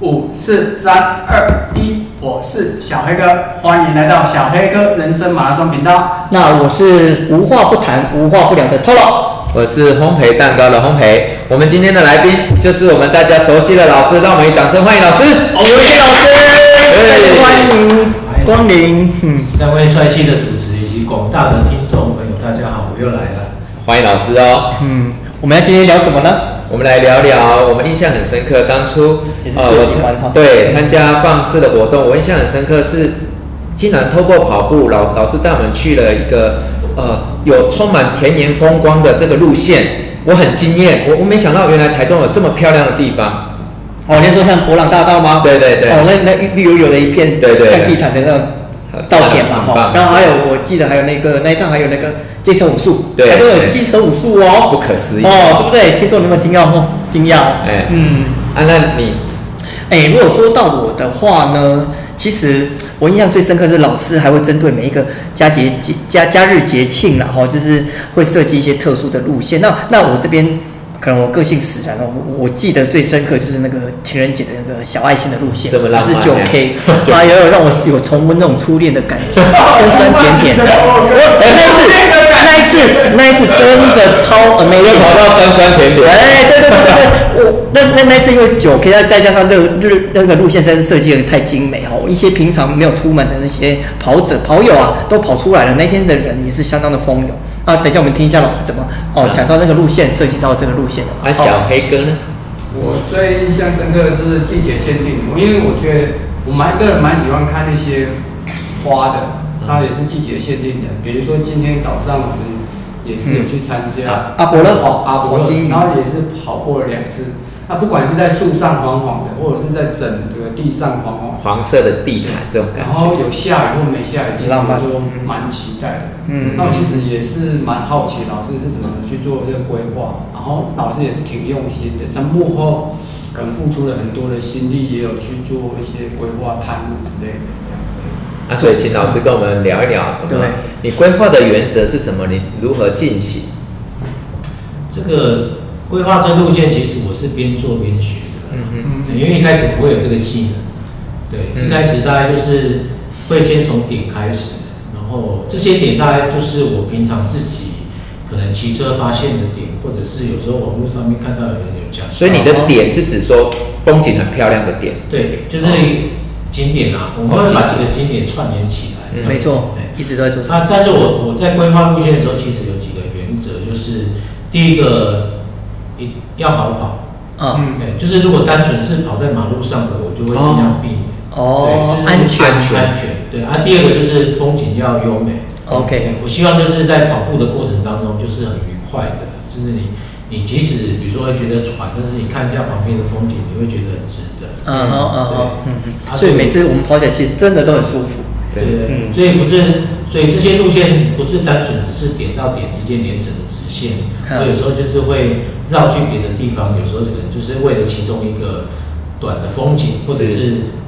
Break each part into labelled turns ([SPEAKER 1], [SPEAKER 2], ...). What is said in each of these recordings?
[SPEAKER 1] 五四三二一，我是小黑哥，欢迎来到小黑哥人生马拉松频道。
[SPEAKER 2] 那我是无话不谈、无话不聊的 Tolo。
[SPEAKER 3] 我是烘焙蛋糕的烘焙。我们今天的来宾就是我们大家熟悉的老师，让我们以掌声欢迎老师。
[SPEAKER 2] 有谢哦老
[SPEAKER 3] 哎
[SPEAKER 2] 师，欢迎光临。嗯，
[SPEAKER 4] 三位帅气的主持以及广大的听众朋友，大家好，我又来了。
[SPEAKER 3] 欢迎老师哦。
[SPEAKER 2] 嗯，我们要今天聊什么呢？
[SPEAKER 3] 我们来聊聊，我们印象很深刻，当初呃
[SPEAKER 2] 也是最
[SPEAKER 3] 我
[SPEAKER 2] 喜欢他
[SPEAKER 3] 参对参加棒式的活动，我印象很深刻是，竟然透过跑步，老老师带我们去了一个呃有充满田园风光的这个路线，我很惊艳，我我没想到原来台中有这么漂亮的地方。
[SPEAKER 2] 哦，你说像博朗大道吗？
[SPEAKER 3] 对对对
[SPEAKER 2] 哦，那那绿油油的一片，
[SPEAKER 3] 对对对
[SPEAKER 2] 像地毯的那种照片嘛，哈。
[SPEAKER 3] 很棒
[SPEAKER 2] 然后还有，我记得还有那个那一趟还有那个街车武术，
[SPEAKER 3] 对
[SPEAKER 2] 台中有机车武术哦，
[SPEAKER 3] 不可思议
[SPEAKER 2] 哦，对不对？听众你有没有听到？哦，惊讶哦。
[SPEAKER 3] 哎
[SPEAKER 2] 嗯。
[SPEAKER 3] 啊，那你
[SPEAKER 2] 哎，如果说到我的话呢，其实我印象最深刻是老师还会针对每一个佳节节佳假日节庆啦，哈，就是会设计一些特殊的路线。那那我这边可能我个性使然哦，我我记得最深刻就是那个情人节的那个小爱心的路线，
[SPEAKER 3] 这么浪漫
[SPEAKER 2] 是九 K，
[SPEAKER 3] 9K
[SPEAKER 2] 啊，有有让我有重温那种初恋的感觉，酸酸甜甜的。哎那一次那一次那一次真的超 amazing，
[SPEAKER 3] 跑到酸酸甜甜，
[SPEAKER 2] 哎，对对对对对，我那那那次因为九 K，再再加上那个日那个路线实在是设计的太精美哦，一些平常没有出门的那些跑者跑友啊，都跑出来了。那天的人也是相当的蜂拥啊。等一下我们听一下老师怎么哦讲到那个路线设计到这个路线的。
[SPEAKER 3] 啊小黑哥呢？
[SPEAKER 1] 我最印象深刻的就是季节限定，因为我觉得我蛮个人蛮喜欢看那些花的，它也是季节限定的。比如说今天早上我们也是有去参加
[SPEAKER 2] 嗯阿伯乐
[SPEAKER 1] 跑阿伯
[SPEAKER 2] 黄
[SPEAKER 1] 乐，
[SPEAKER 2] 金鱼
[SPEAKER 1] 然后也是跑过了两次。那不管是在树上黄黄的，或者是在整个地上黄黄的，
[SPEAKER 3] 黄色的地毯这种感
[SPEAKER 1] 然
[SPEAKER 3] 觉，
[SPEAKER 1] 后有下雨或没下雨，其实
[SPEAKER 2] 浪漫
[SPEAKER 1] 我都蛮期待的。
[SPEAKER 2] 嗯
[SPEAKER 1] 那我其实也是蛮好奇老师是怎么去做这个规划，然后老师也是挺用心的，在幕后可能付出了很多的心力，也有去做一些规划、探路之类的。
[SPEAKER 3] 啊，所以请老师跟我们聊一聊，怎么
[SPEAKER 2] 对
[SPEAKER 3] 你规划的原则是什么？你如何进行？
[SPEAKER 4] 这个规划这路线，其实我是边做边学的啦，因为一开始不会有这个技能。对，
[SPEAKER 3] 嗯
[SPEAKER 4] 一开始大概就是会先从点开始，然后这些点大概就是我平常自己可能骑车发现的点，或者是有时候网络上面看到有人有讲到。
[SPEAKER 3] 所以你的点是指说风景很漂亮的点，
[SPEAKER 4] 对，就是
[SPEAKER 3] 哦
[SPEAKER 4] 景点啊，我们会把几个景点串联起来。
[SPEAKER 3] 嗯
[SPEAKER 2] 没错
[SPEAKER 4] 对，啊
[SPEAKER 2] 一直都在做。
[SPEAKER 4] 那但是我我在规划路线的时候，其实有几个原则，就是第一个，一要好跑，
[SPEAKER 2] 啊，
[SPEAKER 1] 嗯
[SPEAKER 4] 对，就是如果单纯是跑在马路上的，我就会尽量避免。
[SPEAKER 2] 哦
[SPEAKER 4] 对
[SPEAKER 2] 安
[SPEAKER 4] 就是
[SPEAKER 2] 全
[SPEAKER 4] 安全，安全。对啊，第二个就是风景要优美。
[SPEAKER 2] OK
[SPEAKER 4] 对我希望就是在跑步的过程当中，就是很愉快的，就是你你即使比如说会觉得喘，但是你看一下旁边的风景，你会觉得很值得。
[SPEAKER 2] 嗯好嗯好，嗯
[SPEAKER 4] 对
[SPEAKER 2] 嗯。
[SPEAKER 4] 啊
[SPEAKER 2] 所以每次我们跑起来其实真的都很舒服。
[SPEAKER 3] 对
[SPEAKER 4] 对
[SPEAKER 2] 嗯
[SPEAKER 4] 所以不是，所以这些路线不是单纯只是点到点之间连成的直线，
[SPEAKER 2] 嗯
[SPEAKER 4] 我有时候就是会绕去别的地方，有时候可能就是为了其中一个短的风景，或者
[SPEAKER 3] 是
[SPEAKER 4] 是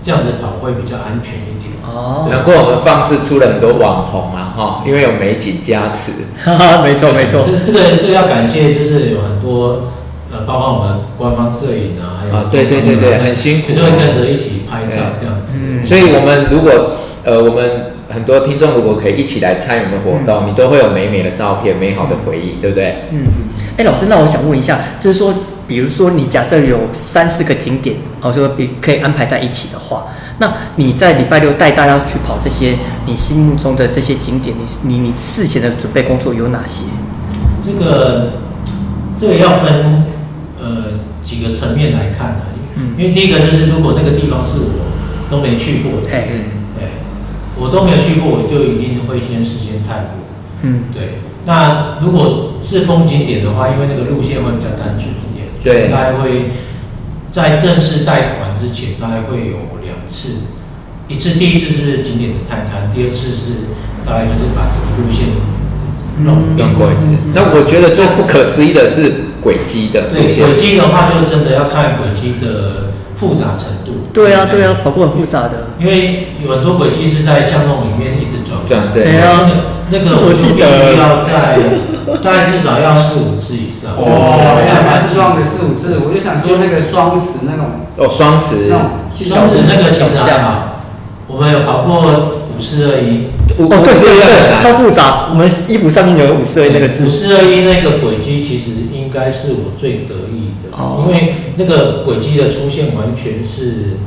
[SPEAKER 4] 这样子跑会比较安全一点。
[SPEAKER 2] 哦
[SPEAKER 4] 对
[SPEAKER 3] 难怪我们放肆出了很多网红啊，哈，因为有美景加持，
[SPEAKER 2] 哈哈， 没
[SPEAKER 3] 哦
[SPEAKER 2] 错没错。
[SPEAKER 4] 这这个这个要感谢，就是有很多呃，包括我们官方摄影啊，还有
[SPEAKER 3] 啊对对对对
[SPEAKER 4] 观众啊
[SPEAKER 3] 很辛苦哦
[SPEAKER 4] 就是会跟着一起拍照
[SPEAKER 3] 对
[SPEAKER 4] 这样子。
[SPEAKER 2] 嗯
[SPEAKER 3] 所以我们如果呃，我们很多听众如果可以一起来参与我们的活动，你都会有美美的照片、美好的回忆，对不对？
[SPEAKER 2] 嗯，哎，老师，那我想问一下，就是说，比如说你假设有三四个景点，哦，说比可以安排在一起的话，那你在礼拜六带大家去跑这些你心目中的这些景点，你你你事前的准备工作有哪些？
[SPEAKER 4] 这个这个要分呃几个层面来看啊，
[SPEAKER 2] 嗯
[SPEAKER 4] 因为第一个就是如果那个地方是我都没去过的，
[SPEAKER 2] 哎
[SPEAKER 3] 嗯，
[SPEAKER 4] 对，我都没有去过，我就一定会先事先探路。
[SPEAKER 2] 嗯，
[SPEAKER 4] 对，那如果是风景点的话，因为那个路线会比较单纯一点，
[SPEAKER 3] 对
[SPEAKER 4] 大概会在正式带团之前，大概会有两次，一次第一次是景点的探勘，第二次是大概就是把整个路线弄
[SPEAKER 3] 用过一次。嗯那我觉得最不可思议的是轨迹的
[SPEAKER 4] 对
[SPEAKER 3] 路线，
[SPEAKER 4] 轨迹的话，就真的要看轨迹的复杂程度。
[SPEAKER 2] 对啊，对啊，跑步很复杂的，
[SPEAKER 4] 因为有很多轨迹是在巷弄里面一直转，
[SPEAKER 3] 转对
[SPEAKER 4] 啊那个那个我
[SPEAKER 2] 啊我记
[SPEAKER 4] 就必
[SPEAKER 2] 得
[SPEAKER 4] 须要在大概至少要四五次以上，小时。
[SPEAKER 1] 哦，
[SPEAKER 4] 对
[SPEAKER 1] 还蛮壮的，四五次，我就想说那个双十那种，
[SPEAKER 3] 哦，双十
[SPEAKER 1] 那种其实
[SPEAKER 4] 双子那个其
[SPEAKER 2] 小
[SPEAKER 4] 实还
[SPEAKER 2] 项。
[SPEAKER 4] 好，我们有跑过五四二一，
[SPEAKER 3] 五
[SPEAKER 2] 哦，
[SPEAKER 3] 五
[SPEAKER 2] 对对
[SPEAKER 3] 四二很
[SPEAKER 2] 对，超
[SPEAKER 3] 难，
[SPEAKER 2] 复杂。我们衣服上面有五色那个字
[SPEAKER 4] 五，四二一那个轨迹其实应该是我最得意的，
[SPEAKER 2] 哦
[SPEAKER 4] 因为那个轨迹的出现完全是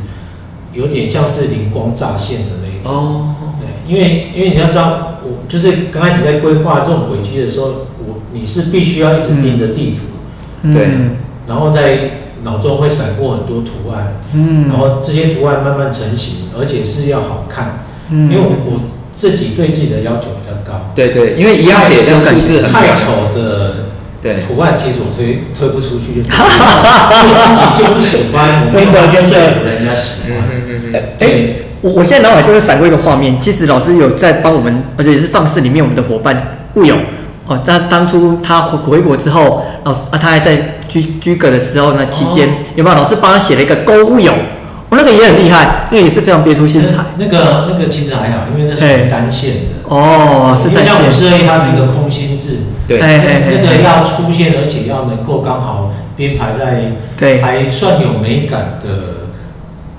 [SPEAKER 4] 有点像是灵光乍现的那一种。
[SPEAKER 3] 哦，
[SPEAKER 4] 对，因为因为你要知道，我就是刚开始在规划这种轨迹的时候，我你是必须要一直盯着地图，
[SPEAKER 3] 对
[SPEAKER 2] 嗯
[SPEAKER 4] 然后在脑中会闪过很多图案，
[SPEAKER 2] 嗯
[SPEAKER 4] 然后这些图案慢慢成型，而且是要好看，
[SPEAKER 2] 嗯
[SPEAKER 4] 因为我我自己对自己的要求比较高，
[SPEAKER 3] 对对，因为一样写这样数字很
[SPEAKER 4] 太
[SPEAKER 3] 难，
[SPEAKER 4] 丑的
[SPEAKER 3] 对
[SPEAKER 4] 图案，其实我推推不出去，就 我自己就不喜欢，我没有办法
[SPEAKER 2] 真的真的
[SPEAKER 4] 说服人家喜
[SPEAKER 3] 嗯
[SPEAKER 4] 欢。
[SPEAKER 3] 嗯嗯嗯，
[SPEAKER 2] 哎、
[SPEAKER 4] 对
[SPEAKER 2] 我我现在脑海就是闪过一个画面，其实老师有在帮我们，而且也是放肆里面我们的伙伴魏勇哦，他当初他回回国之后，老师啊他还在居居格的时候呢，期间、
[SPEAKER 3] 哦
[SPEAKER 2] 有没有老师帮他写了一个勾物勇，哦那个也很厉害，那个也是非常别出心裁
[SPEAKER 4] 那那个那个其实还好，因为那
[SPEAKER 2] 嘿
[SPEAKER 4] 是单线的。
[SPEAKER 2] 哦，是
[SPEAKER 4] 因
[SPEAKER 2] 在
[SPEAKER 4] 为像五四
[SPEAKER 2] 线，
[SPEAKER 4] 二一，它是一个空心字，
[SPEAKER 3] 对，
[SPEAKER 2] 哎嘿嘿
[SPEAKER 4] 那个要出现，而且要能够刚好编排在
[SPEAKER 2] 对
[SPEAKER 4] 还算有美感的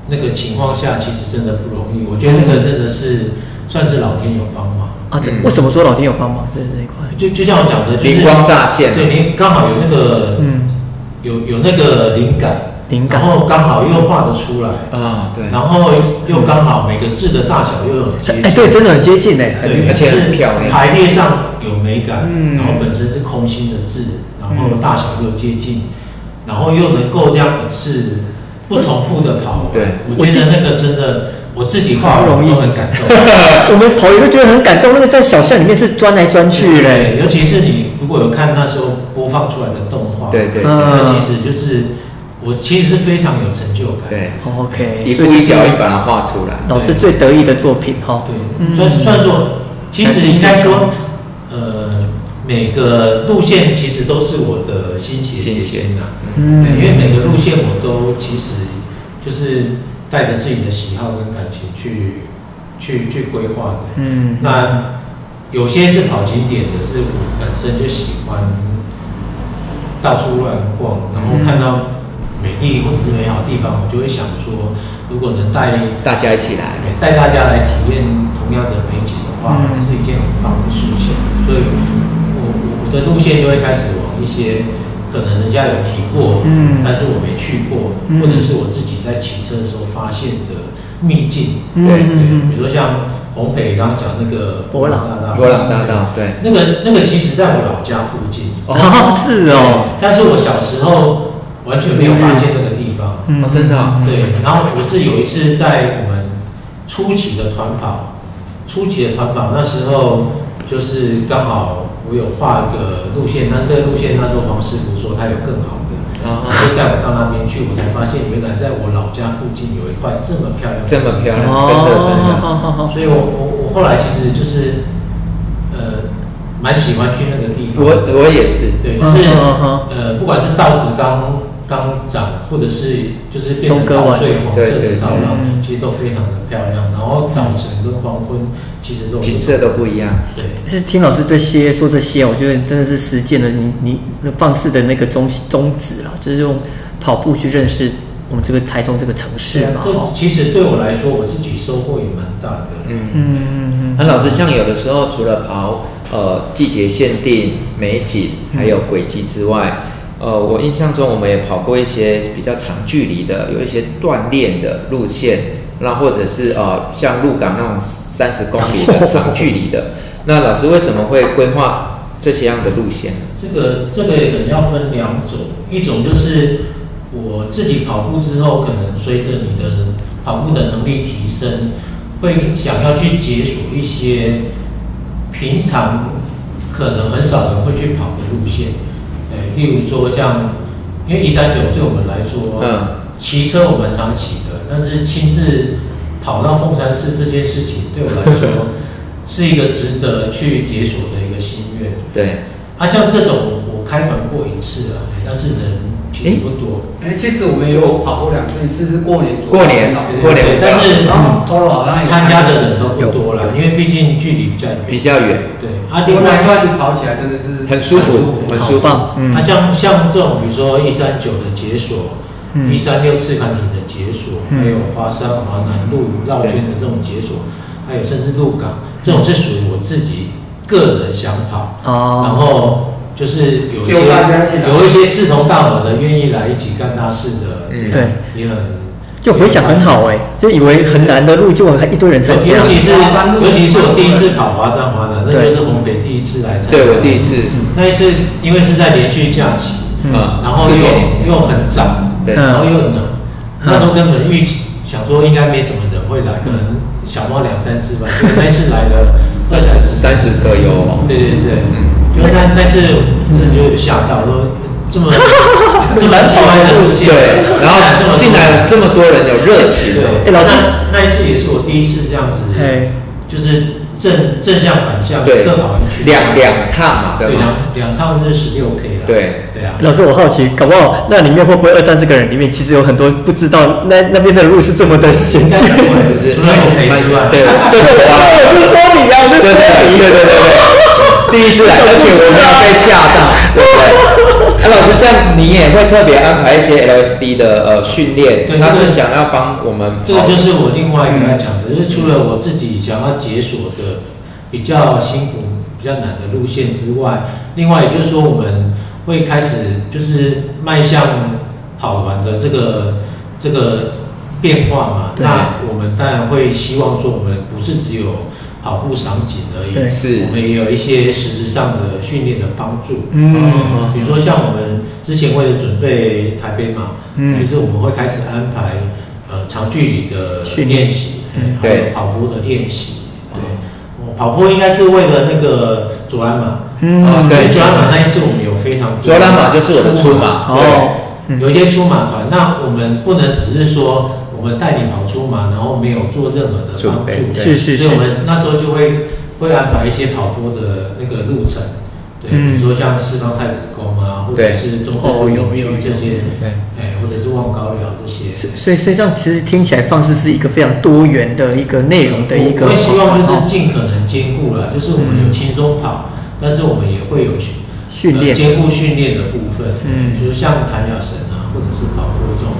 [SPEAKER 4] 那个情况下，其实真的不容易。我觉得那个真的是算是老天有帮忙。
[SPEAKER 2] 啊，这
[SPEAKER 3] 嗯
[SPEAKER 2] 为什么说老天有帮忙？这是这一块，
[SPEAKER 4] 就就像我讲的，就是
[SPEAKER 3] 灵光乍现
[SPEAKER 4] 对，你刚好有那个
[SPEAKER 2] 嗯，
[SPEAKER 4] 有有那个灵感，
[SPEAKER 2] 灵感
[SPEAKER 4] 然后刚好又画得出来，
[SPEAKER 3] 啊对，
[SPEAKER 4] 然后又刚好每个字的大小又有接
[SPEAKER 2] 哎、
[SPEAKER 4] 近，
[SPEAKER 2] 对，真的很接近哎、很厉
[SPEAKER 4] 对，
[SPEAKER 2] 害
[SPEAKER 3] 而且很
[SPEAKER 4] 就是
[SPEAKER 3] 漂亮
[SPEAKER 4] 排列上有美感，
[SPEAKER 2] 嗯
[SPEAKER 4] 然后本身是空心的字，然后大小又接近，然后又能够这样一次不重复的跑完，
[SPEAKER 3] 对
[SPEAKER 4] 我觉得那个真的我自己画
[SPEAKER 2] 不容易
[SPEAKER 4] 我都很感动。
[SPEAKER 2] 我们跑友就觉得很感动，那个在小巷里面是钻来钻去嘞，
[SPEAKER 4] 对，尤其是你如果有看那时候播放出来的动画，
[SPEAKER 3] 对对
[SPEAKER 2] 嗯
[SPEAKER 4] 那其实就是我其实是非常有成就感，
[SPEAKER 3] 对，
[SPEAKER 2] OK，
[SPEAKER 3] 一步
[SPEAKER 2] 所以这
[SPEAKER 3] 一
[SPEAKER 2] 是
[SPEAKER 3] 脚印把它画出来，
[SPEAKER 2] 老师最得意的作品哈。嗯
[SPEAKER 4] 对，算算是我，其实应该说，呃，每个路线其实都是我的心血
[SPEAKER 3] 心
[SPEAKER 4] 结
[SPEAKER 3] 血
[SPEAKER 4] 晶啊，
[SPEAKER 2] 嗯
[SPEAKER 4] 对因为每个路线我都其实就是带着自己的喜好跟感情去去去规划的，
[SPEAKER 2] 嗯
[SPEAKER 4] 那有些是跑景点的，是我本身就喜欢到处乱逛，然
[SPEAKER 2] 嗯
[SPEAKER 4] 后看到美丽或者是美好地方，我就会想说，如果能带
[SPEAKER 3] 大家一起来，
[SPEAKER 4] 哎带大家来体验同样的美景的话，
[SPEAKER 2] 嗯
[SPEAKER 4] 是一件很棒的事情。所以我，我我的路线就会开始往一些可能人家有提过，
[SPEAKER 2] 嗯
[SPEAKER 4] 但是我没去过，
[SPEAKER 2] 嗯
[SPEAKER 4] 或者是我自己在骑车的时候发现的秘境，
[SPEAKER 2] 嗯
[SPEAKER 4] 对
[SPEAKER 2] 嗯
[SPEAKER 4] 对，比如说像洪北刚刚讲那个
[SPEAKER 2] 博朗
[SPEAKER 4] 大道，
[SPEAKER 3] 博朗大道对
[SPEAKER 4] 那个那个其实在我老家附近，
[SPEAKER 2] 哦，是哦，
[SPEAKER 4] 但是我小时候完全没有发现那个地方，
[SPEAKER 2] 嗯
[SPEAKER 3] 哦真的哦
[SPEAKER 4] 啊对，然后我是有一次在我们初期的团跑，初期的团跑那时候就是刚好我有画一个路线，但是这个路线那时候黄师傅说他有更好的，
[SPEAKER 3] 啊
[SPEAKER 4] 就带我到那边去，我才发现原来在我老家附近有一块这么漂亮的
[SPEAKER 3] 这么漂亮，真的真的，
[SPEAKER 2] 哦，
[SPEAKER 4] 所以我我我后来其实就是呃蛮喜欢去那个地方，
[SPEAKER 3] 我我也是，
[SPEAKER 4] 对，就是、
[SPEAKER 2] 嗯嗯嗯
[SPEAKER 4] 呃，不管是稻子刚刚长，或者是就是变
[SPEAKER 2] 松
[SPEAKER 4] 成
[SPEAKER 2] 割
[SPEAKER 4] 稻
[SPEAKER 2] 完
[SPEAKER 4] 穗红
[SPEAKER 3] 对
[SPEAKER 4] 色
[SPEAKER 3] 对
[SPEAKER 4] 的稻
[SPEAKER 3] 对
[SPEAKER 4] 浪，其实都非常的漂亮。然后早晨跟黄昏其实都
[SPEAKER 3] 景色都不一样，
[SPEAKER 4] 对，
[SPEAKER 2] 是听老师这些说这些，我觉得真的是实践了你你那放肆的那个宗宗旨啦，就是用跑步去认识我们这个台中这个城市
[SPEAKER 4] 对啊
[SPEAKER 2] 嘛，
[SPEAKER 4] 这
[SPEAKER 2] 哈，
[SPEAKER 4] 其实对我来说，我自己收获也蛮大的。
[SPEAKER 3] 嗯。
[SPEAKER 2] 嗯嗯
[SPEAKER 3] 安老师，像有的时候除了跑呃季节限定、美景还有
[SPEAKER 4] 嗯
[SPEAKER 3] 轨迹之外，呃，我印象中我们也跑过一些比较长距离的，有一些锻炼的路线，那或者是呃像鹿港那种三十公里 的长距离的。那老师为什么会规划这些样的路线呢？
[SPEAKER 4] 这个这个可能要分两种，一种就是我自己跑步之后，可能随着你的跑步的能力提升，会想要去解锁一些平常可能很少人会去跑的路线，呃，例如说像，因为一三九对我们来说，
[SPEAKER 3] 嗯
[SPEAKER 4] 骑车我蛮常骑的，但是亲自跑到凤山市这件事情对我来说是一个值得去解锁的一个心愿。
[SPEAKER 3] 对，
[SPEAKER 4] 啊，像这种我开团过一次啊，但是人其实不多。
[SPEAKER 1] 哎，其实我们也有跑过两次，一次是过年左右，
[SPEAKER 3] 过年
[SPEAKER 1] 老师
[SPEAKER 3] 过年
[SPEAKER 4] 对但是
[SPEAKER 1] 然后 Toro 好像也
[SPEAKER 4] 参加的人都不多啦，因为毕竟距离比较
[SPEAKER 3] 比
[SPEAKER 4] 远。
[SPEAKER 3] 较远，
[SPEAKER 4] 对，啊，
[SPEAKER 1] 另
[SPEAKER 4] 另
[SPEAKER 1] 外
[SPEAKER 4] 外
[SPEAKER 1] 一段跑起来真的是
[SPEAKER 3] 很舒服，很舒
[SPEAKER 2] 好
[SPEAKER 3] 服。
[SPEAKER 2] 棒，嗯
[SPEAKER 4] 啊，像像这种，比如说一三九的解锁，
[SPEAKER 2] 嗯
[SPEAKER 4] 一三六次坎顶的解锁，
[SPEAKER 2] 嗯
[SPEAKER 4] 还有华山华南路绕圈的这种解锁，还有甚至鹿港，这种是属于我自己个人想跑，然
[SPEAKER 2] 哦，
[SPEAKER 4] 后就是有一些
[SPEAKER 1] 就大家一起来
[SPEAKER 4] 有一些志同道合的愿意来一起干大事的，
[SPEAKER 3] 嗯
[SPEAKER 2] 对，
[SPEAKER 4] 也很
[SPEAKER 2] 就回想很好哎、就以为很难的路，结果还一堆人参加
[SPEAKER 4] 尤，其是
[SPEAKER 1] 华山路
[SPEAKER 4] 尤其是我第一次跑华山华南，那
[SPEAKER 2] 对
[SPEAKER 4] 就是红北第一次来参加，
[SPEAKER 3] 对我第一次，
[SPEAKER 4] 那一次，因为是在连续假期，
[SPEAKER 2] 嗯
[SPEAKER 3] 啊，
[SPEAKER 4] 然后
[SPEAKER 3] 四年前
[SPEAKER 4] 又又很早，
[SPEAKER 3] 对
[SPEAKER 4] 然后又很冷，
[SPEAKER 2] 嗯
[SPEAKER 4] 那时候根本预期想说应该没什么人会来，可能小猫两三只吧，结果那次来了
[SPEAKER 3] 二十三十个有，
[SPEAKER 4] 对对对，
[SPEAKER 3] 嗯
[SPEAKER 4] 就那那次真的就吓到说这 么这么奇怪的路线，
[SPEAKER 3] 对，然后进来了这么多人，有热情哦，
[SPEAKER 2] 哎
[SPEAKER 4] 对，
[SPEAKER 2] 老师
[SPEAKER 4] 那那一次也是我第一次这样子
[SPEAKER 2] 哎，
[SPEAKER 4] 就是正正向反向
[SPEAKER 3] 对
[SPEAKER 4] 各跑一，圈，
[SPEAKER 3] 两两趟嘛，
[SPEAKER 4] 对
[SPEAKER 3] 对
[SPEAKER 4] 两
[SPEAKER 3] 吗？
[SPEAKER 4] 两趟是十六 K 了，
[SPEAKER 3] 对
[SPEAKER 4] 对啊，
[SPEAKER 2] 老师，我好奇，搞不好那里面会不会二三十个人里面，其实有很多不知道那那边的路是这么的险
[SPEAKER 4] 应该不
[SPEAKER 2] 峻。
[SPEAKER 4] 会，
[SPEAKER 3] 就是
[SPEAKER 4] 除了我没之外，
[SPEAKER 3] 对
[SPEAKER 2] 对对对，我就说你啊，我
[SPEAKER 3] 对
[SPEAKER 2] 就
[SPEAKER 3] 对
[SPEAKER 2] 说
[SPEAKER 3] 对
[SPEAKER 2] 你。
[SPEAKER 3] 对对对，第一次来，而且我没有被吓 到，对不对？啊那老师，像你也会特别安排一些 LSD 的呃训练，
[SPEAKER 4] 对
[SPEAKER 3] 他
[SPEAKER 4] 这
[SPEAKER 3] 是
[SPEAKER 4] 个
[SPEAKER 3] 想要帮我们
[SPEAKER 4] 这个
[SPEAKER 3] 跑
[SPEAKER 4] 就是我另外一个要讲的，就是除了我自己想要解锁的比较辛苦、比较难的路线之外，另外也就是说我们会开始就是迈向跑团的这个这个变化嘛。
[SPEAKER 2] 对
[SPEAKER 4] 那我们当然会希望说，我们不是只有跑步赏景而
[SPEAKER 2] 对
[SPEAKER 4] 已，
[SPEAKER 3] 是
[SPEAKER 4] 我们也有一些实质上的训练的帮助。
[SPEAKER 2] 嗯，
[SPEAKER 4] 啊比如说像我们之前为了准备台北马，
[SPEAKER 2] 嗯
[SPEAKER 4] 就是我们会开始安排呃长距离的
[SPEAKER 2] 训练
[SPEAKER 4] 练习，嗯还
[SPEAKER 3] 对
[SPEAKER 4] 有跑步的练习。
[SPEAKER 3] 哦
[SPEAKER 4] 对，我跑步应该是为了那个左兰马，
[SPEAKER 2] 嗯
[SPEAKER 3] 哦对
[SPEAKER 4] 因为左兰马那一次我们有非常多
[SPEAKER 3] 卓拉玛就是我的出马，
[SPEAKER 2] 哦
[SPEAKER 3] 对，
[SPEAKER 2] 嗯
[SPEAKER 4] 有一些出马团，那我们不能只是说我们带你跑出马，然后没有做任何的
[SPEAKER 3] 准
[SPEAKER 4] 帮助
[SPEAKER 3] 备，
[SPEAKER 2] 是是
[SPEAKER 4] 所以
[SPEAKER 2] 是
[SPEAKER 4] 我们那时候就会会安排一些跑步的那个路程，对，
[SPEAKER 2] 嗯
[SPEAKER 4] 比如说像四方太子宫啊，或者
[SPEAKER 3] 对
[SPEAKER 4] 是中
[SPEAKER 2] 哦
[SPEAKER 4] 正公园
[SPEAKER 2] 有
[SPEAKER 4] 区
[SPEAKER 2] 有有
[SPEAKER 4] 这些，
[SPEAKER 3] 对
[SPEAKER 4] 哎，或者是望高寮这些，
[SPEAKER 2] 所所以所以这样其实听起来放肆是一个非常多元的一个内容的一个。
[SPEAKER 4] 我会希望就是
[SPEAKER 2] 哦
[SPEAKER 4] 尽可能兼顾
[SPEAKER 2] 嗯
[SPEAKER 4] 啦，就是我们有轻松跑，但是我们也会有训
[SPEAKER 2] 训练
[SPEAKER 4] 呃兼顾训练的部分。
[SPEAKER 2] 嗯
[SPEAKER 4] 就是像弹跳绳啊，或者是跑步这种，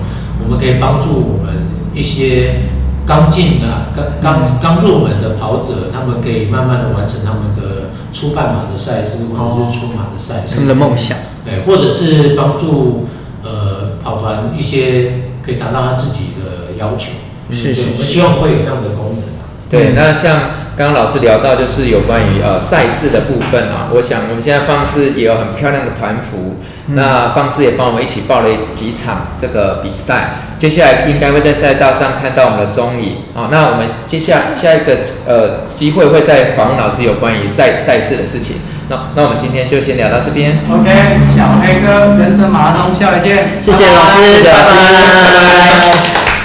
[SPEAKER 4] 我们可以帮助我们一些刚进啊、刚
[SPEAKER 2] 嗯
[SPEAKER 4] 刚刚入门的跑者，他们可以慢慢的完成他们的初半马的赛事，或者是初马的赛
[SPEAKER 2] 哦他
[SPEAKER 4] 事。
[SPEAKER 2] 们的梦想。
[SPEAKER 4] 对，哎或者是帮助呃跑团一些可以达到他自己的要求。
[SPEAKER 2] 是
[SPEAKER 4] 对
[SPEAKER 2] 是
[SPEAKER 4] 我们
[SPEAKER 2] 是
[SPEAKER 4] 希望会有这样的功能啊。
[SPEAKER 3] 对
[SPEAKER 2] 嗯，
[SPEAKER 3] 那像刚刚老师聊到，就是有关于呃赛事的部分啊，我想我们现在放肆也有很漂亮的团服，那放肆也帮我们一起报了几场这个比赛，接下来应该会在赛道上看到我们的踪影啊。那我们接下下一个呃机会会再访问老师有关于赛赛事的事情。那那我们今天就先聊到这边，
[SPEAKER 1] OK，小黑哥，人生马拉松，下回见。
[SPEAKER 2] 谢谢老
[SPEAKER 1] 拜拜
[SPEAKER 2] 师，
[SPEAKER 3] 谢
[SPEAKER 2] 拜
[SPEAKER 3] 谢老师拜拜
[SPEAKER 2] 拜。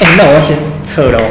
[SPEAKER 2] 哎，那我要先撤了哦。